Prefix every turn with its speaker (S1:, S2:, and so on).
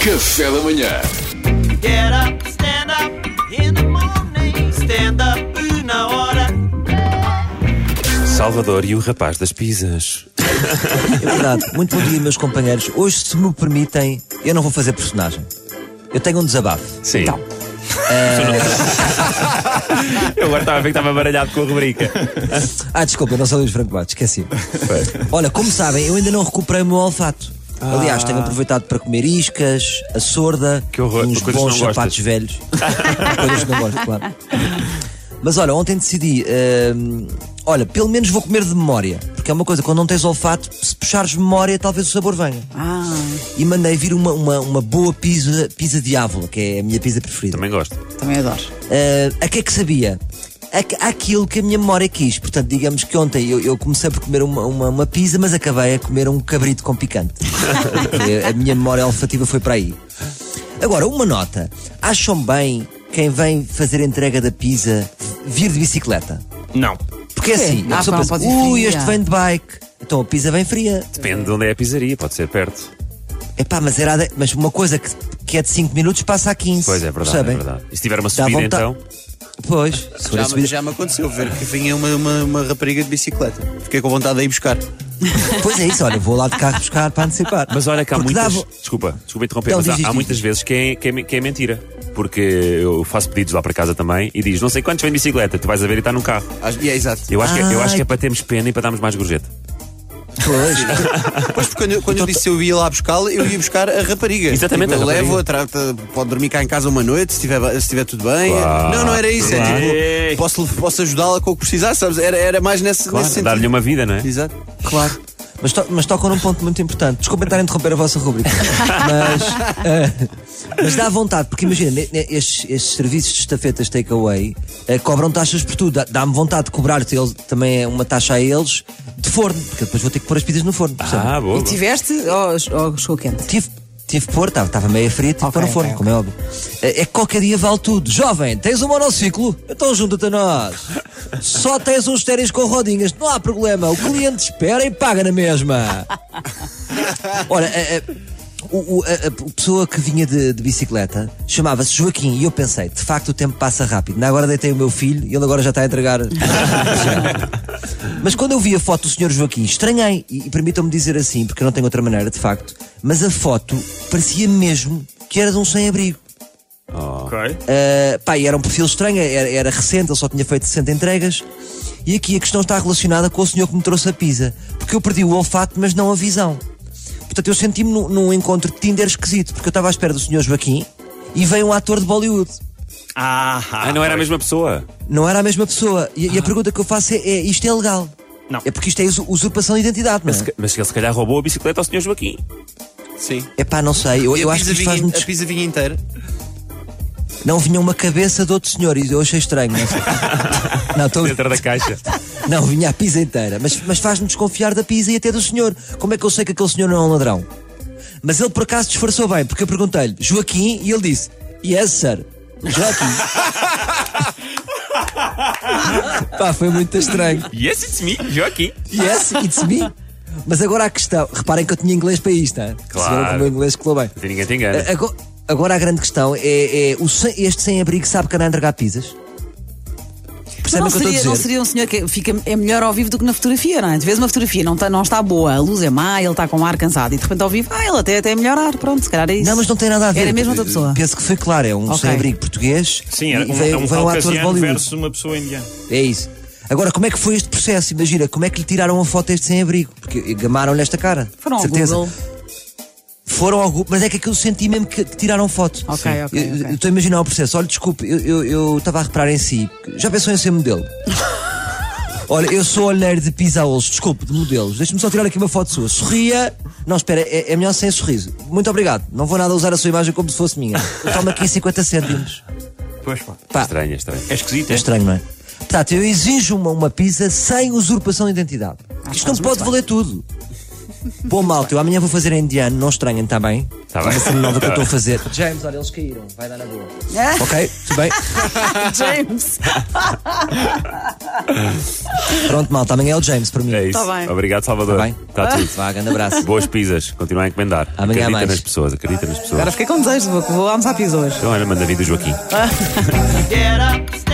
S1: Café da manhã.
S2: Get up, stand up in the morning. Stand up na hora.
S3: Salvador e o rapaz das pizzas.
S4: É verdade. Muito bom dia, meus companheiros. Hoje, se me permitem, eu não vou fazer personagem. Eu tenho um desabafo.
S3: Sim. Eu agora estava a ver que estava baralhado com a rubrica.
S4: Ah, desculpa, eu não sou Luís Franco Bates, esqueci. Olha, como sabem, eu ainda não recuperei o meu olfato. Aliás, tenho aproveitado para comer iscas, a sorda,
S3: Que horror,
S4: uns
S3: coisas que
S4: bons
S3: não
S4: sapatos
S3: gostas.
S4: velhos. coisas que não gosto, claro. Mas olha, ontem decidi, hum, olha, pelo menos vou comer de memória. Porque é uma coisa, quando não tens olfato, se puxares memória, talvez o sabor venha. E mandei vir uma, uma, uma boa pizza, pizza diávola, que é a minha pizza preferida.
S3: Também gosto.
S5: Também adoro.
S4: Ah, a que é que sabia? A, que- àquilo que a minha memória quis. Portanto, digamos que ontem eu, eu comecei por comer uma, uma, uma pizza, mas acabei a comer um cabrito com picante. Porque a minha memória olfativa foi para aí. Agora, uma nota. Acham bem quem vem fazer a entrega da pizza vir de bicicleta?
S3: Não.
S4: Porque é
S5: Porquê?
S4: assim, a
S5: Ah,
S4: pessoa
S5: pá,
S4: pensa,
S5: pode ir
S4: ui,
S5: fria."
S4: este vem de bike. Então a pizza vem fria.
S3: Depende de onde é a pizzaria, pode ser perto.
S4: Epá, mas, era, de- mas uma coisa que, que é de 5 minutos passa a 15.
S3: Pois é, verdade,
S4: percebem?
S3: é verdade. E se tiver uma
S4: Dá
S3: subida,
S4: vontade.
S3: então.
S4: Pois, se for a
S6: Já,
S4: subida-
S6: já me aconteceu ver que vinha uma, uma, uma rapariga de bicicleta. Fiquei com vontade de ir buscar.
S4: Pois é isso, olha, vou lá de carro buscar para antecipar.
S3: Mas olha que há
S4: Porque
S3: muitas.
S4: dá vo-
S3: Desculpa, desculpa interromper,
S4: Não,
S3: mas há,
S4: diz, diz,
S3: há
S4: diz.
S3: muitas vezes que é, que, é, que é mentira. Porque eu faço pedidos lá para casa também e diz: não sei quantos vem de bicicleta, tu vais a ver e está num carro.
S6: Acho- E é exato.
S3: Eu acho, que, eu acho
S4: Ai.
S3: que é para termos pena e para darmos mais gorjeta.
S4: Pois.
S6: Pois, porque quando, eu- quando eu disse eu ia lá buscá-la, eu ia buscar Então a rapariga.
S3: Exatamente,
S6: Tipo,
S3: a
S6: eu
S3: rapariga.
S6: levo, trata, pode dormir cá em casa uma noite, se estiver se tiver tudo bem.
S3: Claro.
S6: Não, não era isso.
S3: Claro.
S6: É
S3: Ei.
S6: tipo, posso, posso ajudá-la com o que precisar, sabes? Era, era mais nesse, nesse sentido.
S3: Dar-lhe uma vida, não é?
S6: Exato.
S4: Claro. Mas, to mas tocam num ponto muito importante. Desculpa estar a interromper a vossa rubrica. Mas, eh, mas dá vontade, porque imagina, ne- ne- estes, estes serviços de estafetas takeaway eh, cobram taxas por tudo. Dá- Dá-me vontade de cobrar te eles, também é uma taxa a eles de forno, porque depois vou ter que pôr as pizzas no forno. percebe?
S3: Ah, boa.
S5: E tiveste ou, ou chegou quente?
S4: Tive, tive que pôr, estava meio fria, tive que pôr no
S5: Ok,
S4: forno,
S5: ok,
S4: como é óbvio. É é que qualquer dia vale tudo. Jovem, tens um monociclo? Então junta-te a nós. Só tens uns estéreis com rodinhas, não há problema. O cliente espera e paga na mesma. Ora, a, a- o- o- a- a pessoa que vinha de, de bicicleta chamava-se Joaquim e eu pensei, de facto o tempo passa rápido. Na agora deitei o meu filho e ele agora já está a entregar. Mas quando eu vi a foto do Sr. Joaquim, estranhei, e, e permitam-me dizer assim, porque eu não tenho outra maneira de facto, mas a foto parecia mesmo que era de um sem-abrigo.
S3: Ok.
S4: Uh, pá, e era um perfil estranho, era, era recente, ele só tinha feito 60 entregas. E aqui a questão está relacionada com o senhor que me trouxe a pizza, porque eu perdi o olfato, mas não a visão. Portanto, eu senti-me num, num encontro de Tinder esquisito, porque eu estava à espera do senhor Joaquim e veio um ator de Bollywood.
S3: Ah, não era a mesma pessoa.
S4: Não era a mesma pessoa. E, e a pergunta que eu faço é, é, isto é legal? Não. É porque isto é usu- usurpação de identidade, não é?
S3: Mas ele se calhar roubou a bicicleta ao Sr. Joaquim.
S6: Sim.
S4: É pá, não sei, eu, eu
S6: a
S4: acho que
S6: pizza
S4: isto
S6: vinha-
S4: faz muito.
S6: A pizza vinha inteira.
S4: Não vinha uma cabeça de outro senhor e eu achei estranho. não sei. Não, estou.
S3: Dentro da caixa.
S4: Não, vinha a pizza inteira. Mas, mas faz-me desconfiar da pizza e até do senhor. Como é que eu sei que aquele senhor não é um ladrão? Mas ele por acaso disfarçou bem, porque eu perguntei-lhe, Joaquim, e ele disse, yes, sir, Joaquim. Pá, foi muito estranho.
S3: yes, it's me, Joaquim.
S4: Yes, it's me. Mas agora a questão, reparem que eu tinha inglês para isto, hein?
S3: Claro.
S4: Se viram que o meu inglês colou bem.
S3: Assim ninguém te engana.
S4: A- ago- Agora a grande questão é, é, o sem- este sem-abrigo sabe que anda a entregar pizzas?
S5: Mas
S4: Percebem
S5: não
S4: o é que eu estou a
S5: seria,
S4: dizer?
S5: não seria um senhor que fica, é melhor ao vivo do que na fotografia, não é? De vez uma fotografia não está não está boa, a luz é má, ele está com o ar cansado e de repente ao vivo, ah, ele até, até é melhorar, pronto, se calhar é isso.
S4: Não, mas não tem nada a ver.
S5: Era mesmo outra pessoa.
S4: Penso que foi claro, é um
S5: Ok.
S4: sem-abrigo português.
S7: Sim, era
S4: e
S7: um,
S4: veio,
S7: um
S4: veio um ator de
S7: caucasiano
S4: Bollywood.
S7: versus uma pessoa indiana.
S4: É isso. Agora, como é que foi este processo? Imagina, como é que lhe tiraram a foto a este sem-abrigo? Porque gamaram-lhe esta cara.
S5: Foram ao
S4: Certeza.
S5: Google.
S4: Foram ao Google, mas é que aquilo senti mesmo que, que tiraram foto.
S5: Ok,
S4: Sim.
S5: ok,
S4: Eu-
S5: ok.
S4: Eu estou a imaginar o processo. Olha, desculpe, eu- eu eu estava a reparar em si. Já pensou em ser modelo? Olha, eu sou olheiro de pizza hoje, desculpe, de modelos. Deixe-me só tirar aqui uma foto sua. Sorria. Não, espera, é, é melhor sem sorriso. Muito obrigado. Não vou nada usar a sua imagem como se fosse minha. Toma aqui 50 cêntimos.
S7: Pois pá.
S4: Pá,
S3: Estranho, estranho.
S7: É esquisito,
S4: é
S7: é?
S4: estranho, não é? Portanto, eu exijo uma, uma pizza sem usurpação de identidade. Isto não
S5: faz muito
S4: pode
S5: bem.
S4: valer tudo. Pô, malta, eu amanhã vou fazer em indiano, não estranhem, está bem?
S3: Tá bem.
S4: Uma cena nova que eu estou a fazer. James, olha, eles caíram, vai dar na boa. Ok, tudo bem.
S5: James.
S4: Pronto, malta, amanhã é o James para mim.
S3: É isso.
S5: Tá bem.
S3: Obrigado, Salvador.
S4: Tá bem.
S3: Tá tudo.
S4: Vá, grande abraço.
S3: Boas pizzas. Continua a encomendar.
S4: Amanhã
S3: acredita
S4: há mais.
S3: nas pessoas, acredita nas pessoas.
S5: Agora fiquei com desejo, vou, vou almoçar pizza hoje.
S3: Então, olha, manda vir do Joaquim.
S2: Get up,